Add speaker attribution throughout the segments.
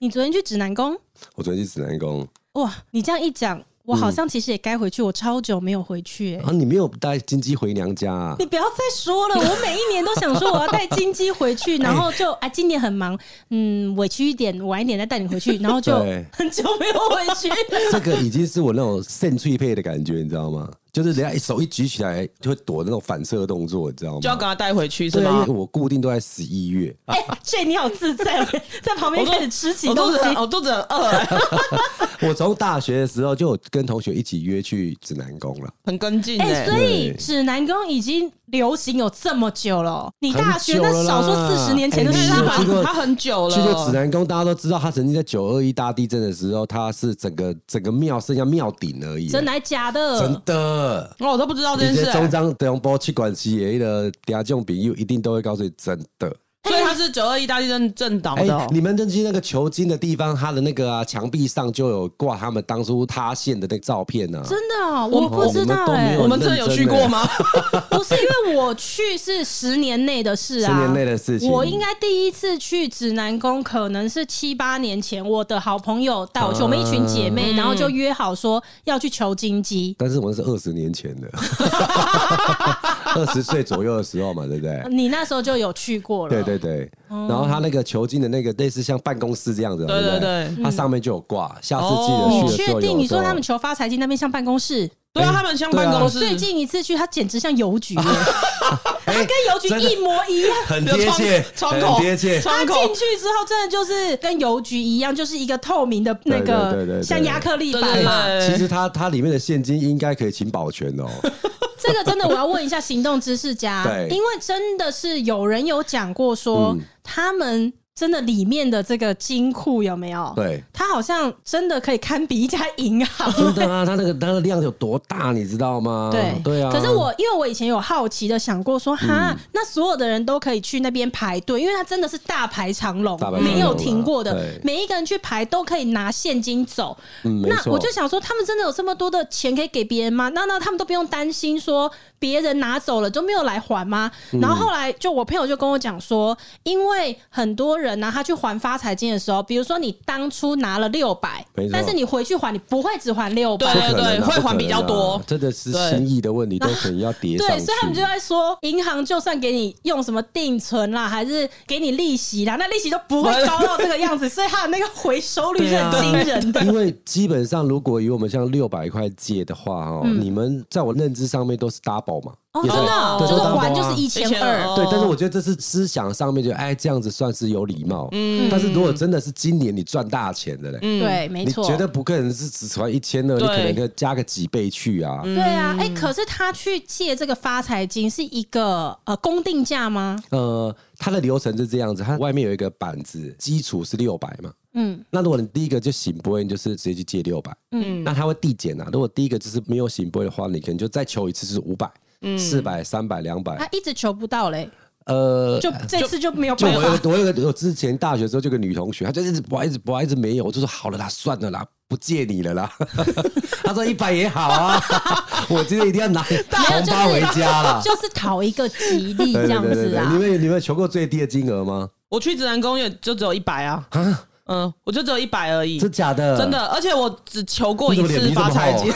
Speaker 1: 你昨天去指南宫？
Speaker 2: 我昨天去指南宫
Speaker 1: 哇，你这样一讲，我好像其实也该回去，我超久没有回去、欸。
Speaker 2: 嗯啊，你没有带金鸡回娘家、啊
Speaker 1: 你？不要再说了，我每一年都想说我要带金鸡回去，然后就啊，今年很忙，嗯，委屈一点，晚一点再带你回去，然后就
Speaker 2: 对
Speaker 1: 很久没有回去。
Speaker 2: 这个已经是我那种肾脆配的感觉，你知道吗？就是人家一手一举起来就会躲那种反射动作，你知道吗？
Speaker 3: 就要给他带回去是
Speaker 2: 对啊，因
Speaker 3: 吗
Speaker 2: 为？我固定都在十一月，
Speaker 1: 哎、这你好自在，哦在旁边
Speaker 3: 我都
Speaker 1: 开始吃起
Speaker 3: 我肚
Speaker 1: 东西
Speaker 3: 子，很，我肚子很饿、
Speaker 2: 我从大学的时候就有跟同学一起约去指南宫了。
Speaker 3: 很跟进哎、
Speaker 1: 哎、所以
Speaker 2: 欸对
Speaker 1: 指南宫已经流行有这么久了哦，你大学
Speaker 2: 很久
Speaker 1: 那
Speaker 2: 了啦
Speaker 1: 少说四十年前的
Speaker 2: 哎
Speaker 1: 事啊
Speaker 2: 你有
Speaker 3: 他
Speaker 1: 吧
Speaker 2: 去？
Speaker 3: 很
Speaker 2: 过
Speaker 3: 他很久了，
Speaker 2: 去过指南宫，大家都知道，他曾经在九二一大地震的时候，他是整个整个庙剩下庙顶而已，
Speaker 1: 真的还假
Speaker 2: 真
Speaker 1: 的？
Speaker 2: 的。
Speaker 3: 哦，我都不知道这
Speaker 2: 你
Speaker 3: 件
Speaker 2: 这
Speaker 3: 事、
Speaker 2: 中
Speaker 3: 哎
Speaker 2: 章中波去管企业的嗲这种比喻，一定都会告诉你真的。
Speaker 3: 所以他是九二一大地震震倒
Speaker 2: 哎、
Speaker 3: 的、哦
Speaker 2: 你们认去那个球经的地方，它的那个啊墙壁上就有挂他们当初塌陷的那个照片呢、啊。
Speaker 1: 真的哦、我不知道
Speaker 2: 我们都
Speaker 1: 哎、
Speaker 2: 没
Speaker 3: 我们这
Speaker 2: 很
Speaker 3: 有
Speaker 2: 认真
Speaker 3: 去过吗？
Speaker 1: 不是因为我去是十年内的事啊，
Speaker 2: 十年内的事情
Speaker 1: 我应该第一次去指南宫，可能是七八年前，我的好朋友带我去，我们一群姐
Speaker 2: 嗯
Speaker 1: 妹，然后就约好说要去求金鸡。
Speaker 2: 但是我们是二十年 前的，二十岁左右的时候嘛，对不对？
Speaker 1: 你那时候就有去过了，
Speaker 2: 嗯对对对，
Speaker 1: 哦
Speaker 2: 然后他那个球经的那个类似像办公室这样子，
Speaker 3: 对
Speaker 2: 对不
Speaker 3: 对
Speaker 2: 它上面就有挂，下次记
Speaker 3: 哦
Speaker 2: 得
Speaker 1: 你
Speaker 2: 去的
Speaker 1: 确
Speaker 2: 时候有
Speaker 1: 定？你说
Speaker 2: 时候
Speaker 1: 他们求发财金那边像办公室？
Speaker 3: 对啊，他们像办公室，
Speaker 1: 最近一次去，它简直像邮 局耶，
Speaker 2: 哎
Speaker 1: 它跟邮局一模一样。
Speaker 2: 很
Speaker 3: 有
Speaker 2: 贴
Speaker 3: 窗
Speaker 2: 切，
Speaker 3: 窗口
Speaker 2: 很贴切，
Speaker 1: 它
Speaker 3: 窗
Speaker 1: 进
Speaker 3: 口
Speaker 1: 去之后，真的就是跟邮局一样，就是一个透明的那
Speaker 2: 对对对对
Speaker 1: 个，
Speaker 2: 对
Speaker 1: 像亚克力
Speaker 3: 对对
Speaker 1: 板
Speaker 3: 对
Speaker 1: 嘛。
Speaker 2: 其实它它里面的现金应该可以请 保全哦。
Speaker 1: 这个真的我要问一下行动知识家，
Speaker 2: 对嗯
Speaker 1: 因为真的是有人有讲过说，他们真的里面的这个金库有没有？，
Speaker 2: 对，
Speaker 1: 它好像真的可以堪比一家银行。
Speaker 2: 真的啊，它那个它的量有多大，你知道吗？
Speaker 1: 对
Speaker 2: 对啊。嗯
Speaker 1: 可是我因为我以前有好奇的想过说，哈，那所有的人都可以去那边排队，因为它真的是大排长龙
Speaker 2: 大排，长龙啊
Speaker 1: 没有停过的
Speaker 2: 对，
Speaker 1: 每一个人去排都可以拿现金走。
Speaker 2: 嗯没
Speaker 1: 那
Speaker 2: 错
Speaker 1: 我就想说，他们真的有这么多的钱可以给别人吗？那那他们都不用担心说别人拿走了就没有来还吗？
Speaker 2: 嗯
Speaker 1: 然后后来就我朋友就跟我讲说，因为很多人呢、他去还发财金的时候，比如说你当初拿了六百
Speaker 2: 没，错
Speaker 1: 但是你回去还，你不会只还六百
Speaker 3: 对。对对，
Speaker 2: 不可能啊
Speaker 3: 会还比较多
Speaker 2: 不可能啊，真的是
Speaker 3: 对
Speaker 2: 心意的问题，都可能要叠上去。
Speaker 1: 对，所以他们就在说，银行就算给你用什么定存啦，还是给你利息啦，那利息都不 会高到这个样子，所以它的那个回收率是
Speaker 2: 啊
Speaker 1: 很惊人的。
Speaker 2: 因为基本上，如果以我们像六百块借的话，哦，你们在我认知上面都是 double 嘛，
Speaker 1: 嗯哦，
Speaker 2: 也
Speaker 1: 真的哦，
Speaker 2: 对
Speaker 1: 就是
Speaker 2: 都 double
Speaker 1: 还就
Speaker 2: 啊
Speaker 1: 是一千二，
Speaker 3: 1200
Speaker 2: 对，但是我觉得这是思想上面就哎这样子算是有礼貌，嗯，但是如果真的是今年你赚大钱的嘞，
Speaker 1: 对，嗯没
Speaker 2: 嗯你
Speaker 1: 错。
Speaker 2: 绝对不可能是只传一千二，你
Speaker 3: 对
Speaker 2: 可能要加个几倍去啊，
Speaker 1: 对啊，哎、可是他去借这个发财金是一个呃公定价吗？
Speaker 2: 呃，它的流程是这样子，它外面有一个板子，基础是六百嘛。嗯，那如果你第一个就醒波，你就是直接去借六百。嗯，那它会递减啊。如果第一个就是没有醒波的话，你可能就再求一次是五百、四百、三百、两百
Speaker 1: 他。一直求不到嘞，
Speaker 2: 呃，
Speaker 1: 就这次就没有
Speaker 2: 就
Speaker 1: 办
Speaker 2: 我有
Speaker 1: 法。
Speaker 2: 个我有个我之前大学的时候就有个女同学，她就一直不爱一直不爱一直没有，我就说好了啦，算了啦，不借你了啦。她说一百也好啊，我今天一定要拿红包回家了。
Speaker 1: 就是讨一个吉利这样子啊
Speaker 2: 你。们有你们有求过最低的金额吗？
Speaker 3: 我去指南宫也就只有一百啊，嗯，我就只有一百而已，
Speaker 2: 真假的？
Speaker 3: 真的，而且我只求过
Speaker 2: 你
Speaker 3: 一
Speaker 2: 怎么
Speaker 3: 次
Speaker 2: 脸皮这么
Speaker 3: 发财金，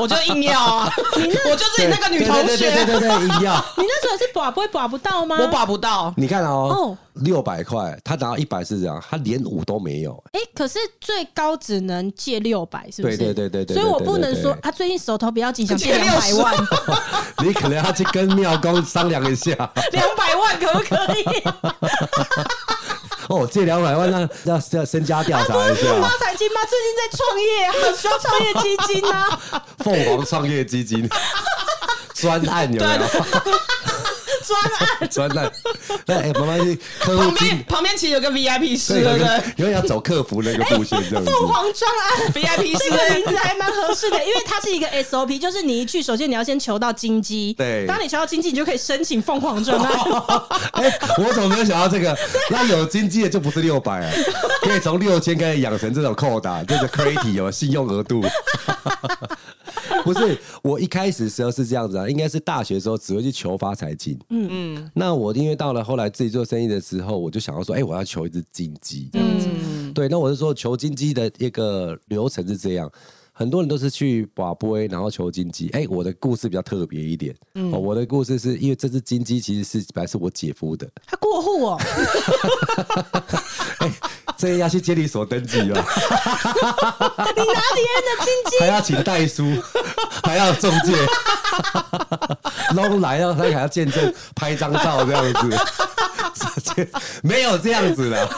Speaker 3: 我就硬要啊，我就是你那个女同
Speaker 2: 对对
Speaker 3: 学，
Speaker 2: 对对对，一 样。
Speaker 1: 你那时候也是把不会把不到吗？
Speaker 3: 我把不到，
Speaker 2: 你看哦
Speaker 1: 哦，
Speaker 2: 六百块，他拿到一百是这样，他连五都没有。
Speaker 1: 哎、可是最高只能借六百，是不是？
Speaker 2: 对对对对对
Speaker 1: 所以我不能
Speaker 2: 对对对
Speaker 1: 说啊，最近手头比较紧，想借
Speaker 3: 借
Speaker 1: 两百万，
Speaker 2: 你可能要去跟庙公商量一下。
Speaker 1: 两百万可不可以？
Speaker 2: 哦，借两百万，那那要身家调查一下。
Speaker 1: 发财金吗？最近在创业啊，需要创业基金 啊，
Speaker 2: 凤凰创业基金专案有没有？
Speaker 1: 专案。
Speaker 2: 专案。那哎，慢慢去客户
Speaker 3: 旁
Speaker 2: 经
Speaker 3: 边，旁边其实有个 VIP 室，
Speaker 2: 对
Speaker 3: 对不对哎
Speaker 2: 有有要走客服那个路线这样子。
Speaker 1: 凤凰专案。
Speaker 3: ？VIP
Speaker 1: 这个名
Speaker 3: 室
Speaker 1: 字还蛮合适的，因为它是一个 SOP，就是你一去，首先你要先求到金鸡，
Speaker 2: 对
Speaker 1: 当你求到金鸡，你就可以申请凤凰 专案。
Speaker 2: 哎、我怎么没有想到这个？那有经济的就不是六百啊，可以从六千开始养成这种扣打，这个 c r a z y 有信用额度。 不是，我一开始时候是这样子啊，应该是大学的时候只会去求发财金。嗯嗯。那我因为到了后来自己做生意的时候，我就想要说，哎、我要求一只金鸡这样子。
Speaker 1: 嗯
Speaker 2: 对，那我是说求金鸡的一个流程是这样。很多人都是去把杯，然后求金鸡。哎、我的故事比较特别一点。哦，我的故事是因为这只金鸡其实是本来是我姐夫的，
Speaker 1: 他过户哦，
Speaker 2: 这个要去监理所登记了，
Speaker 1: 你拿别人的金鸡，
Speaker 2: 还要请代书，还要中介， 弄来了他还要见证拍张照这样子， 直接没有这样子的，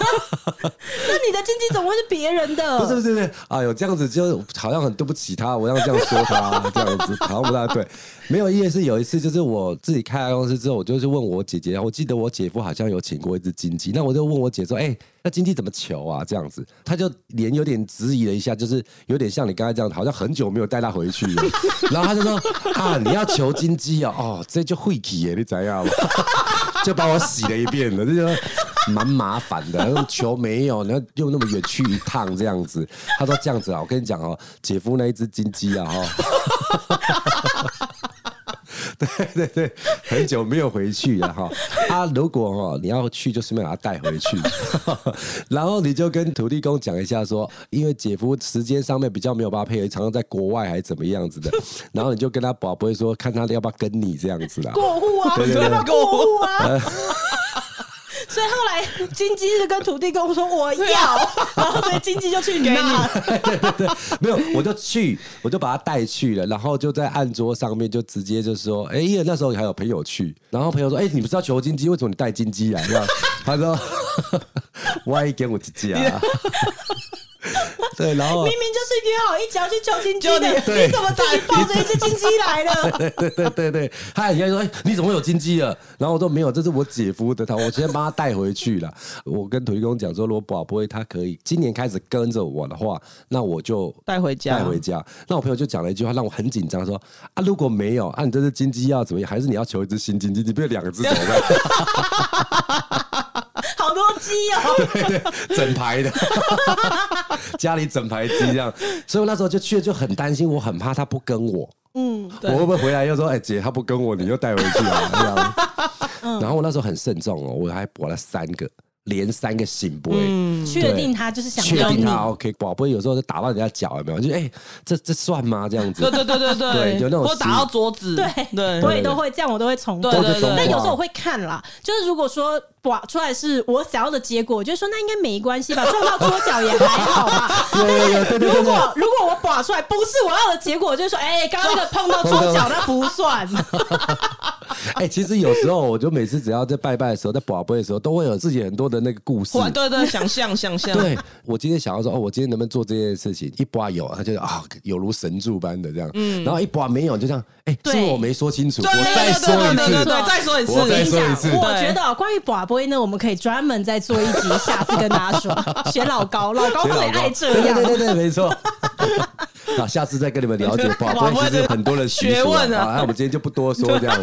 Speaker 1: 那你的金鸡怎么会是别人的？
Speaker 2: 不是不是不是，哎呦这样子就好像很对不起他，我要这样说他这样子好像不大对，没有，因为是有一次就是我自己开了公司之后，我就是问我姐姐，我记得我姐夫好像有请过一只金鸡，那我就问我姐说，哎、那金鸡怎么求啊？这样子，他就脸有点质疑了一下，就是有点像你刚才这样，好像很久没有带他回去了。然后他就说啊，你要求金鸡哦，哦，这就晦气耶，你怎样？就把我洗了一遍了，这就 蛮麻烦的。然后球没有，然后又那么远去一趟这样子。他说这样子啊，我跟你讲哦，姐夫那一只金鸡啊，哈、 对对对，很久没有回去了哈。啊，如果哦你要去，就顺便把他带回去， 然后你就跟土地公讲一下说，因为姐夫时间上面比较没有办法配合，常常在国外还是怎么样子的，然后你就跟他宝贝说，看他要不要跟你这样子啦。
Speaker 1: 过户啊，
Speaker 2: 对对对呃
Speaker 1: 要过户啊。所以后来金鸡就跟土地公说我要，然后所以金鸡就去
Speaker 3: 啊给
Speaker 1: 拿。
Speaker 3: 你
Speaker 2: 没有，我就去，我就把他带去了，然后就在案桌上面就直接就说，哎、因为那时候还有朋友去，然后朋友说，哎、你不是要求金鸡，为什么你带金鸡来？这样，他说， 万一给我自己啊。 对，然后
Speaker 1: 明明就是约好一起要去求金鸡的，
Speaker 3: 就你
Speaker 2: 哦对
Speaker 1: 你怎么自己抱着一只金鸡来了？
Speaker 2: 对对对对对，他很开心说：“哎、你怎么会有金鸡了？”然后我说：“没有，这是我姐夫的，他我先帮他带回去了。”我跟土地公讲说：“如果宝贝他可以今年开始跟着我的话，那我就
Speaker 3: 带回家
Speaker 2: 带回家。”那我朋友就讲了一句话，让我很紧张，说：“啊，如果没有，啊，你这只金鸡要怎么样？还是你要求一只新金鸡？你不是两只怎么办？
Speaker 1: 好多鸡哦，
Speaker 2: 整排的，家里整排鸡这样。”所以我那时候就去了，就很担心，我很怕他不跟我。
Speaker 1: 嗯，
Speaker 2: 我会不会回来又说，哎、姐，他不跟我，你又带回去啊？这样。
Speaker 1: 嗯
Speaker 2: 然后我那时候很慎重哦，我还补了三个，连三个醒杯。
Speaker 1: 嗯确定他哦就是想
Speaker 2: 确
Speaker 1: 要
Speaker 2: 定
Speaker 1: 你。
Speaker 2: 他 OK，宝贝有时候就打到人家脚有没有？就哎、这这算吗？这样子，
Speaker 3: 对对对对
Speaker 2: 对有那种
Speaker 3: 或打到桌子，
Speaker 1: 对
Speaker 3: 对
Speaker 1: 我也都会这样，我都会重
Speaker 3: 对
Speaker 1: 报。
Speaker 3: 对对，
Speaker 1: 但有时候我
Speaker 2: 会
Speaker 1: 会看啦，就是如果说刮出来是我想要的结果，我就说那应该没关系吧，撞到桌角也还好吧。
Speaker 2: 有有有 对对对
Speaker 1: 如
Speaker 2: 对，
Speaker 1: 果如果我刮出来不是我要的结果，我就说哎，刚刚那个碰到桌角那不算。
Speaker 2: 哎、其实有时候我就每次只要在拜拜的时候，在宝贝的时候，都会有自己很多的那个故事
Speaker 3: 忽。然对对，想象想象，
Speaker 2: 对我今天想要说，哦，我今天能不能做这件事情？一刮有，他就啊、有如神助般的这样。然后一刮没有，就这样，哎、是不是
Speaker 1: 对
Speaker 2: 我没说清楚？
Speaker 3: 对
Speaker 2: 我再
Speaker 3: 对
Speaker 2: 说一
Speaker 3: 对对对
Speaker 2: 次。
Speaker 3: 对，再说一次，
Speaker 2: 我 再
Speaker 1: 跟你
Speaker 2: 说
Speaker 1: 讲
Speaker 2: 一次，
Speaker 1: 我
Speaker 3: 对
Speaker 1: 觉得哦关于寡播呢，我们可以专门再做一集，下次跟大家 说。学老高，老高
Speaker 2: 学老
Speaker 1: 最
Speaker 2: 高
Speaker 1: 爱这样。
Speaker 2: 对对对对，没错。好，下次再跟你们了解宝
Speaker 3: 宝贝
Speaker 2: 贝，其实有很多的习
Speaker 3: 学
Speaker 2: 俗啊
Speaker 3: 问啊
Speaker 2: 好那我们今天就不多说这样。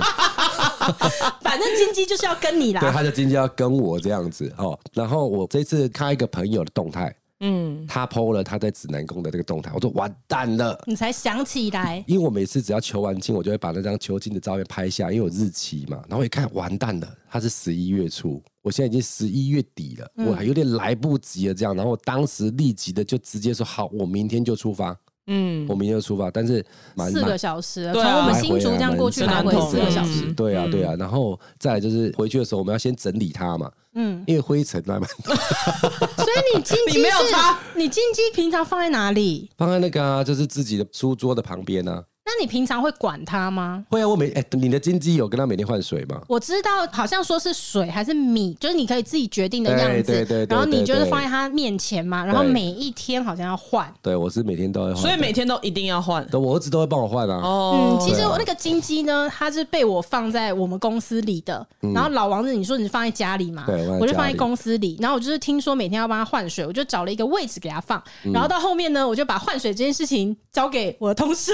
Speaker 1: 反正金鸡就是要跟你
Speaker 2: 对，
Speaker 1: 啦。
Speaker 2: 他就今天要跟我这样子哦。然后我这次看一个朋友的动态，嗯，他 PO 了他在指南宫的这个动态，我说完蛋了。
Speaker 1: 你才想起来，
Speaker 2: 因为我每次只要求完经，我就会把那张求经的照片拍下，因为有日期嘛。然后一看，完蛋了，它是十一月初，我现在已经十一月底了，
Speaker 1: 嗯
Speaker 2: 我还有点来不及了这样。然后我当时立即的就直接说好，我明天就出发，
Speaker 3: 嗯，
Speaker 2: 我明天就出发。但是蛮
Speaker 1: 四
Speaker 2: 蛮
Speaker 1: 个小时了，从
Speaker 3: 对啊
Speaker 1: 我们新竹这样过去来
Speaker 3: 来
Speaker 1: 回
Speaker 3: 回啊
Speaker 1: 四个小
Speaker 3: 蛮
Speaker 1: 时嗯
Speaker 3: 痛。
Speaker 2: 对啊，对啊。然后再来就是回去的时候，我们要先整理它嘛，
Speaker 1: 嗯，
Speaker 2: 因为灰尘还蛮多
Speaker 1: 所以你金鸡
Speaker 3: 嗯你没有
Speaker 1: 是
Speaker 3: 擦，
Speaker 1: 你金鸡平常放在哪里？
Speaker 2: 放在那个啊，就是自己的书桌的旁边啊。
Speaker 1: 那你平常会管它吗？
Speaker 2: 会啊，我每哎、你的金鸡有跟它每天换水吗？
Speaker 1: 我知道，好像说是水还是米，就是你可以自己决定的样子。
Speaker 2: 对对对对
Speaker 1: 然后你就是
Speaker 2: 对
Speaker 1: 放在它面前嘛，然后每一天好像要换。
Speaker 2: 对，我是每天都会换，
Speaker 3: 所以每天都一定要换
Speaker 2: 都我儿子都会帮我换啊。
Speaker 1: 嗯，
Speaker 3: 哦，
Speaker 1: 其实我那个金鸡呢，它是被我放在我们公司里的。然后老王子，你说你放在家里嘛，
Speaker 2: 嗯对我放在
Speaker 1: 我就
Speaker 2: 家
Speaker 1: 放在
Speaker 2: 里
Speaker 1: 公司里。然后我就是听说每天要帮他换水，我就找了一个位置给他放。
Speaker 2: 嗯
Speaker 1: 然后到后面呢，我就把换水这件事情交给我的同 事，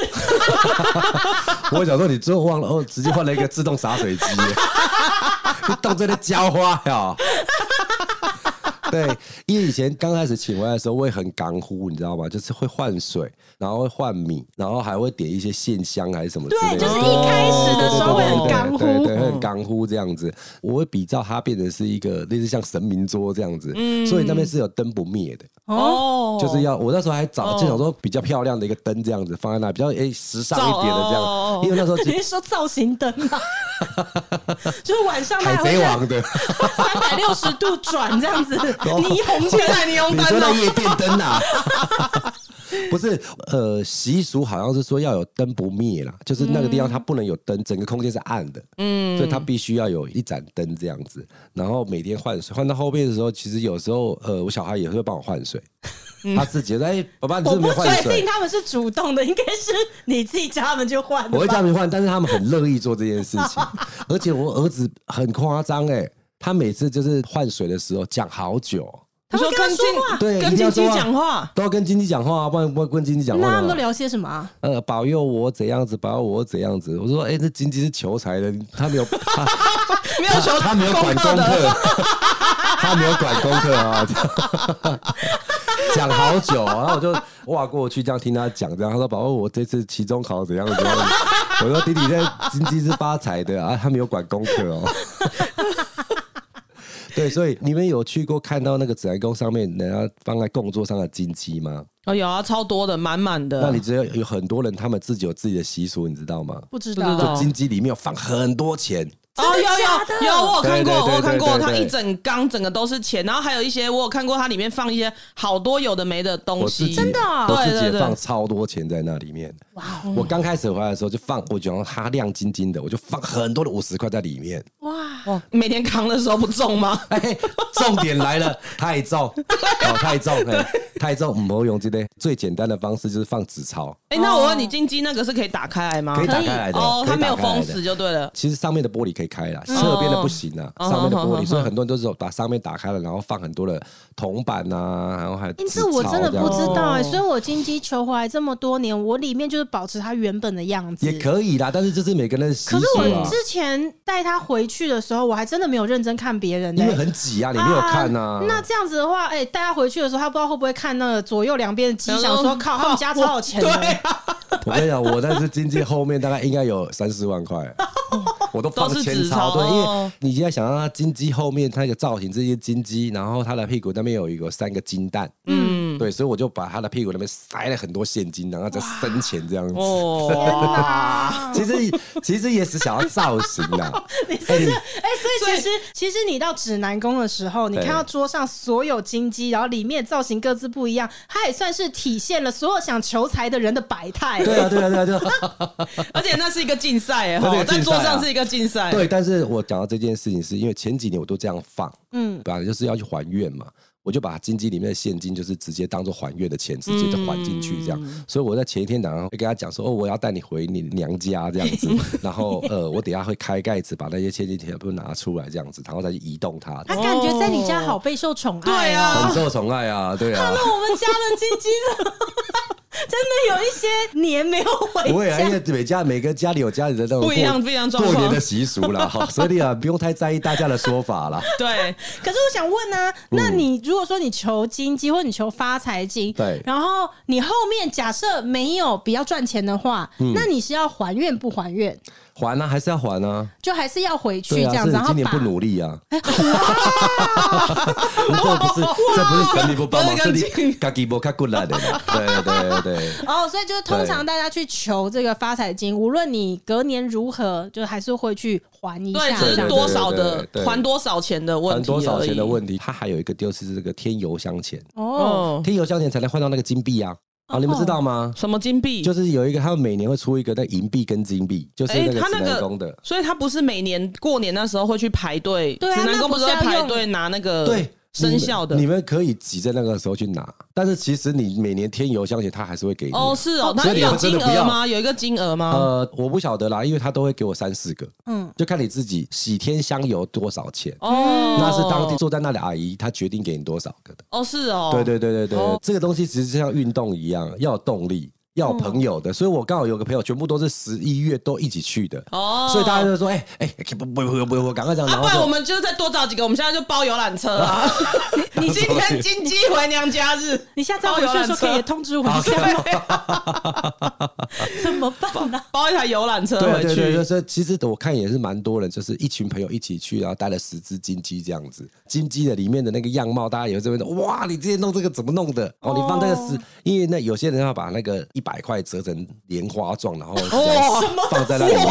Speaker 2: 我想说，你最后忘了哦，直接换了一个 自动洒水机，你当真的浇花呀？对，因为以前刚开始请回来的时候，我也很港呼，你知道吗？就是会换水，然后会换米，然后还会点一些线香还是什么之
Speaker 1: 对，
Speaker 2: 类的。哦
Speaker 1: 就是一开始的时候会很干
Speaker 2: 对对
Speaker 1: 呼，
Speaker 2: 对，会很干呼这样子。我会比照它变成是一个类似像神明桌这样子，
Speaker 1: 嗯
Speaker 2: 所以那边是有灯不灭的，
Speaker 3: 哦
Speaker 2: 就是要我那时候还找就想说比较漂亮的一个灯这样子放在那，比较诶时尚一点的这
Speaker 3: 照哦
Speaker 2: 样，因为那时候
Speaker 1: 你 是说造型灯吗？就是晚上它
Speaker 2: 海
Speaker 1: 还
Speaker 2: 贼
Speaker 1: 会
Speaker 2: 王 的，
Speaker 1: 三百六十度转这 样子，霓虹
Speaker 3: 现在你用
Speaker 2: 哦你说那夜店灯 啊？不是，呃，习俗好像是说要有灯不灭啦，就是那个地方它不能有灯，整个空间是暗的，嗯，所以它必须要有一盏灯这样子。然后每天换水，换到后面的时候，其实有时候，呃，我小孩也会帮我换水，
Speaker 3: 嗯
Speaker 2: 他自己说哎、爸爸你
Speaker 1: 我
Speaker 2: 是
Speaker 1: 不
Speaker 2: 没有换
Speaker 1: 确定
Speaker 2: 水，
Speaker 1: 他们是主动的，应该是你自己叫他们去换
Speaker 2: 我
Speaker 1: 的
Speaker 2: 会叫
Speaker 1: 吧。
Speaker 2: 他们换，但是他们很乐意做这件事 情，而且我儿子很夸张哎，他每次就是换水的时候讲好久，
Speaker 3: 他说
Speaker 1: 会跟他
Speaker 3: 跟
Speaker 1: 说
Speaker 3: 金
Speaker 1: 话
Speaker 2: 对
Speaker 3: 跟
Speaker 2: 一定
Speaker 3: 金
Speaker 2: 要
Speaker 3: 鸡
Speaker 2: 说话
Speaker 3: 讲话，
Speaker 2: 都要跟经济讲话啊，不然不然跟经济讲话
Speaker 1: 那
Speaker 2: 干
Speaker 1: 他
Speaker 2: 嘛。
Speaker 1: 们都聊些什么啊？
Speaker 2: 呃，保佑我怎样子，保佑我怎样子。我说，哎、那经济是求财的，他没有，他
Speaker 3: 没有 求
Speaker 2: 他没有管功
Speaker 3: 的，
Speaker 2: 课， 他没有管功课啊。讲好久，啊然后我就哇过去这样听他讲，这样他说：“宝贝，我这次期中考怎样怎样。”我说：“弟弟在经济是发财的啊，他没有管功课哦。” 对，所以你们有去过看到那个指南宫上面人家放在供桌上的金鸡吗？
Speaker 3: 哦有啊，超多的，满满的。
Speaker 2: 那你知道有很多人他们自己有自己的习俗，你知道吗？
Speaker 1: 不知
Speaker 3: 不知
Speaker 1: 道
Speaker 3: 道，
Speaker 2: 金鸡里面有放很多钱，
Speaker 3: 哦，
Speaker 1: 真
Speaker 3: 有
Speaker 1: 的假的
Speaker 3: 有有，我有
Speaker 2: 对
Speaker 3: 看过，
Speaker 2: 对对
Speaker 3: 我有看过，
Speaker 2: 对对
Speaker 3: 它
Speaker 2: 对
Speaker 3: 一整缸整个都是钱，然后还有一些我有看过，它里面放一些好多有的没的东
Speaker 2: 我自
Speaker 3: 西，
Speaker 2: 己
Speaker 1: 啊
Speaker 2: 我自
Speaker 3: 对
Speaker 2: 己
Speaker 3: 对哦
Speaker 2: 也
Speaker 3: 对
Speaker 2: 放超多钱在那里面。我刚开始回来的时候就放，我觉得它亮晶晶的，我就放很多的五十块在里面。
Speaker 1: 哇！
Speaker 3: 哇，每天扛的时候不 重吗？
Speaker 2: 哎，重点来 了，太重，哦，太重，哎，太重，唔好用这类最简单的方式就是放纸钞，
Speaker 3: 哎，那
Speaker 1: 哦
Speaker 3: 我问你，金鸡那个是可以打开来吗
Speaker 2: 可以？打开来的，
Speaker 3: 哦，
Speaker 2: 可
Speaker 3: 它
Speaker 2: 以
Speaker 3: 没有
Speaker 2: 打开来
Speaker 3: 封
Speaker 2: 的
Speaker 3: 死就对了。
Speaker 2: 其实上面的玻璃可以开啦，侧边的不行啊，
Speaker 3: 哦
Speaker 2: 上面的
Speaker 3: 哦
Speaker 2: 玻
Speaker 3: 哦
Speaker 2: 璃，所以很多人都是把上面打开了，然后放很多的铜板啊，然后还有
Speaker 1: 因
Speaker 2: 纸
Speaker 1: 此我
Speaker 2: 钞
Speaker 1: 真的
Speaker 2: 这样
Speaker 1: 不知道哎、
Speaker 3: 哦
Speaker 1: 所以我金鸡球回来这么多年，我里面就是保持它原本的样子。
Speaker 2: 也可以啦，但是就是每个人的习
Speaker 1: 可是
Speaker 2: 俗
Speaker 1: 我
Speaker 2: 啊，
Speaker 1: 之前带它回去的时候，我还真的没有认真看别人、欸，
Speaker 2: 因为很挤啊，你没有看
Speaker 1: 啊
Speaker 2: 呐。
Speaker 1: 那这样子的话，哎、带他回去的时候，他不知道会不会看那个左右两边的鸡， 想说靠，他们家超有钱的。
Speaker 3: 对啊，
Speaker 2: 哦我跟你讲，我那次经济后面大概应该有三四万块，我都放
Speaker 3: 都是
Speaker 2: 千
Speaker 3: 纸钞
Speaker 2: 钞。对，因
Speaker 3: 哦
Speaker 2: 为你现在想到它金鸡后面它那个造型，这些金鸡，然后它的屁股那边有一个三个金蛋，嗯，对，所以我就把它的屁股那边塞了很多现金，然后再生钱这样子。
Speaker 3: 哦，
Speaker 2: 其实其实也是想要造型啦，
Speaker 1: 你是不是？
Speaker 2: 哎 你
Speaker 1: 哎、所以其实其实你到指南宫的时候，你看到桌上所有金鸡，然后里面造型各自不一样，它也算是体现了所有想求财的人的百态。
Speaker 2: 对啊，对啊，对啊，对啊。
Speaker 3: 而且那是一个 竞赛耶，
Speaker 2: 那是一
Speaker 3: 吼
Speaker 2: 个
Speaker 3: 在
Speaker 2: 竞赛
Speaker 3: 桌
Speaker 2: 啊
Speaker 3: 上是一个竞赛，
Speaker 2: 对，但是我讲到这件事情，是因为前几年我都这样放，嗯，本来就是要去还愿嘛，我就把金鸡里面的现金就是直接当做还愿的钱，直接就还进去这样。
Speaker 3: 嗯
Speaker 2: 所以我在前一天晚上会跟他讲说，哦，我要带你回你娘家这样 子，然后呃，我等一下会开盖子把那些现金全部拿出来这样子，然后再去移动它。
Speaker 1: 他感觉在你家好备受宠爱、哦
Speaker 3: 对啊
Speaker 2: 很受宠爱啊，对啊，
Speaker 1: 那我们家的金鸡怎么 真的有一些年没有回
Speaker 2: 不会啊，
Speaker 1: 家
Speaker 2: 因为每家每个家里有家里的那种
Speaker 3: 不一
Speaker 2: 过
Speaker 3: 样不一样状
Speaker 2: 过年
Speaker 3: 况
Speaker 2: 的习俗啦，哈，所以啊，不用太在意大家的说法啦。
Speaker 3: 对，
Speaker 1: 可是我想问呢、啊，
Speaker 2: 嗯
Speaker 1: 那你如果说你求金鸡或你求发财金，
Speaker 2: 对
Speaker 1: 然后你后面假设没有比较赚钱的话，
Speaker 2: 嗯
Speaker 1: 那你是要还愿不还愿？
Speaker 2: 还啊，还是要还啊。
Speaker 1: 就还是要回去
Speaker 2: 对
Speaker 1: 这
Speaker 2: 啊，
Speaker 1: 样
Speaker 2: 是
Speaker 1: 子，
Speaker 2: 你
Speaker 1: 然后
Speaker 2: 今年
Speaker 1: 把
Speaker 2: 不努力啊！这不是这不是神力不帮忙，
Speaker 3: 不是
Speaker 2: 是
Speaker 3: 跟
Speaker 2: 你嘎吉波卡过来的啦。对对对对，
Speaker 1: 哦，所以就是通常大家去求这个发财金，无论你隔年如何，就还是会去还 一
Speaker 3: 对，
Speaker 1: 下
Speaker 3: 只
Speaker 1: 这
Speaker 3: 是
Speaker 1: 样
Speaker 3: 多
Speaker 1: 子。
Speaker 3: 少的
Speaker 2: 对对对
Speaker 3: 还多少钱的问
Speaker 2: 还
Speaker 3: 题，
Speaker 2: 多少钱的。问题，它还有一个就是这个天油箱钱，
Speaker 1: 哦，
Speaker 3: 哦，
Speaker 2: 天油箱钱才能换到那个金币啊！啊，你们知道吗？
Speaker 3: 什么金币？
Speaker 2: 就是有一个，他们每年会出一个那银币跟金币，就是
Speaker 3: 哎
Speaker 2: 那个
Speaker 3: 他那
Speaker 2: 指
Speaker 3: 个
Speaker 2: 南宫的。
Speaker 3: 所以他不是每年过年那时候会去排队，
Speaker 1: 对啊
Speaker 3: 指南宫是会
Speaker 1: 那不是要
Speaker 3: 排
Speaker 1: 用
Speaker 3: 队拿那个
Speaker 2: 对，
Speaker 3: 生肖的
Speaker 2: 你们你们可以挤在那个时候去拿，但是其实你每年天油箱钱，它还是会给你啊。
Speaker 3: 哦，是哦，他
Speaker 2: 所以你
Speaker 3: 有
Speaker 2: 们真
Speaker 3: 金
Speaker 2: 的不
Speaker 3: 额
Speaker 2: 要
Speaker 3: 吗？有一个金额吗？
Speaker 2: 呃，我不晓得啦，因为他都会给我三四个，
Speaker 1: 嗯
Speaker 2: 嗯，就看你自己喜添香油多少钱，
Speaker 3: 哦，
Speaker 2: 呃那是当地坐在那里的阿姨她决定给你多少个的。
Speaker 3: 哦，是哦，
Speaker 2: 对对对对对，
Speaker 3: 哦
Speaker 2: 这个东西其实就像运动一样，要有动力。要有朋友的，所以我刚好有个朋友，全部都是十一月都一起去的，
Speaker 3: 哦
Speaker 2: 所以大家就说，哎、哎、不不不不不，赶快这样，
Speaker 3: 啊，
Speaker 2: 然后
Speaker 3: 不然
Speaker 2: 就
Speaker 3: 我们就再多找几个，我们现在就包游览车 啊！你今天金鸡回娘家日，
Speaker 1: 你下次要回去的时候可以通知我一下吗？
Speaker 3: 哦
Speaker 1: 怎么办啊呢、
Speaker 3: 包一台游览车
Speaker 2: 对
Speaker 3: 回
Speaker 2: 对对，
Speaker 3: 去。
Speaker 2: 就是其实我看也是蛮多人，就是一群朋友一起去，然后带了十只金鸡这样子。金鸡的里面的那个样貌，大家也会这边说，哇，你之前弄这个怎么弄的？哦，你放这个十，因为那有些人要把那个一百块折成莲花状，然后这样放在那里面。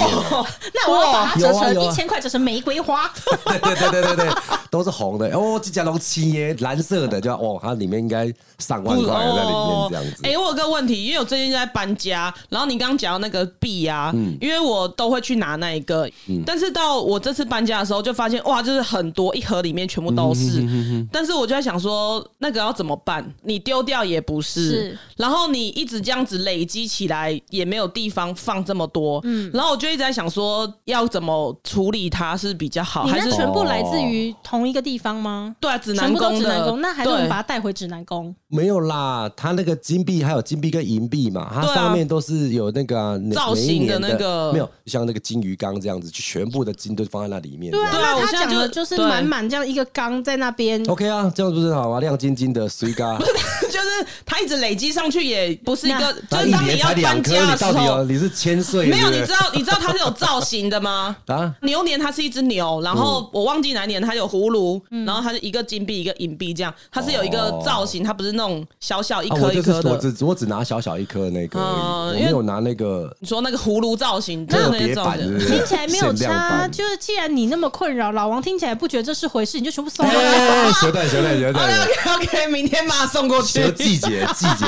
Speaker 1: 那我要把它折
Speaker 2: 有啊有
Speaker 1: 成
Speaker 2: 啊
Speaker 1: 一千块，折成玫瑰花。
Speaker 2: 对对对对对对，都是红的。哦，这家龙七耶，蓝色的，就哦，它里面应该上万块在里面这样子。
Speaker 3: 哦哎、我有个问题，因为我最近在搬家，然后你刚刚讲到那个币啊，
Speaker 2: 嗯
Speaker 3: 因为我都会去拿那一个，但是到我这次搬家的时候，就发现哇，就是很多一盒里面全部都是，
Speaker 2: 嗯
Speaker 3: 但是我就在想说，那个要怎么办？你丢掉也不是，
Speaker 1: 是
Speaker 3: 然后你一直这样子累积起来，也没有地方放这么多，嗯，然后我就一直在想说，要怎么处理它是比较好，
Speaker 1: 你
Speaker 3: 还
Speaker 1: 那
Speaker 3: 是
Speaker 1: 全部
Speaker 2: 哦
Speaker 1: 来自于同一个地方吗？
Speaker 3: 对啊，指南
Speaker 1: 全部都
Speaker 3: 宫
Speaker 1: 指南
Speaker 3: 的
Speaker 1: 宫，，那还是我
Speaker 3: 对
Speaker 1: 们把它带回指南宫。
Speaker 2: 没有啦，它那个金币还有金币跟银币嘛，它
Speaker 3: 对啊
Speaker 2: 上面都是有那个啊、每
Speaker 3: 造型的
Speaker 2: 每一年
Speaker 3: 那个
Speaker 2: 没有像那个金鱼缸这样子，就全部的金都放在那里面。对
Speaker 3: 对啊我
Speaker 1: 那
Speaker 3: 现
Speaker 1: 他
Speaker 3: 在
Speaker 1: 讲的
Speaker 3: 就
Speaker 1: 就是
Speaker 3: 对
Speaker 1: 满满这样一个缸在那边，
Speaker 2: OK 啊，这样不是很好吗？亮晶晶的水咖，
Speaker 3: 就是它一直累积上去，也不是一个，就
Speaker 2: 它
Speaker 3: 是
Speaker 2: 一
Speaker 3: 当你
Speaker 2: 年
Speaker 3: 要
Speaker 2: 才
Speaker 3: 搬
Speaker 2: 两颗，
Speaker 3: 家
Speaker 2: 你
Speaker 3: 的时
Speaker 2: 到底有
Speaker 3: 候，
Speaker 2: 你是千岁？
Speaker 3: 没有，
Speaker 2: 哎对
Speaker 3: 你
Speaker 2: 不对
Speaker 3: 知道你知道它是有造型 的吗？
Speaker 2: 啊？
Speaker 3: 牛年它是一只牛，然
Speaker 2: 嗯
Speaker 3: 后我忘记哪一年它有葫芦，然后它是一个金币一个银币这样，它是有一个造型，它不是那种小小一
Speaker 2: 哦啊，我
Speaker 3: 颗一
Speaker 2: 就是
Speaker 3: 颗
Speaker 2: 我
Speaker 3: 的。
Speaker 2: 只我只拿小小一颗的那个而已，我
Speaker 3: 嗯因为
Speaker 2: 没有拿那个
Speaker 3: 你说那个葫芦造型，
Speaker 2: 特
Speaker 3: 那
Speaker 2: 别
Speaker 3: 种
Speaker 2: 版，
Speaker 3: 的
Speaker 2: 是不是
Speaker 1: 听起来没有
Speaker 2: 限量
Speaker 1: 差。
Speaker 2: 版
Speaker 1: 就是既然你那么困扰，老王听起来不觉得这是回事，你就全部送
Speaker 2: 哎
Speaker 1: 了。
Speaker 2: 哎，哎学对学对学
Speaker 3: OK
Speaker 2: 对，
Speaker 3: OK，明天马上送过去
Speaker 2: 学。季节季节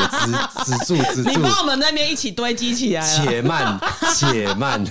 Speaker 2: 止止住止
Speaker 3: 你
Speaker 2: 住，
Speaker 3: 帮我们那边一起堆积起来啊，
Speaker 2: 且慢且慢，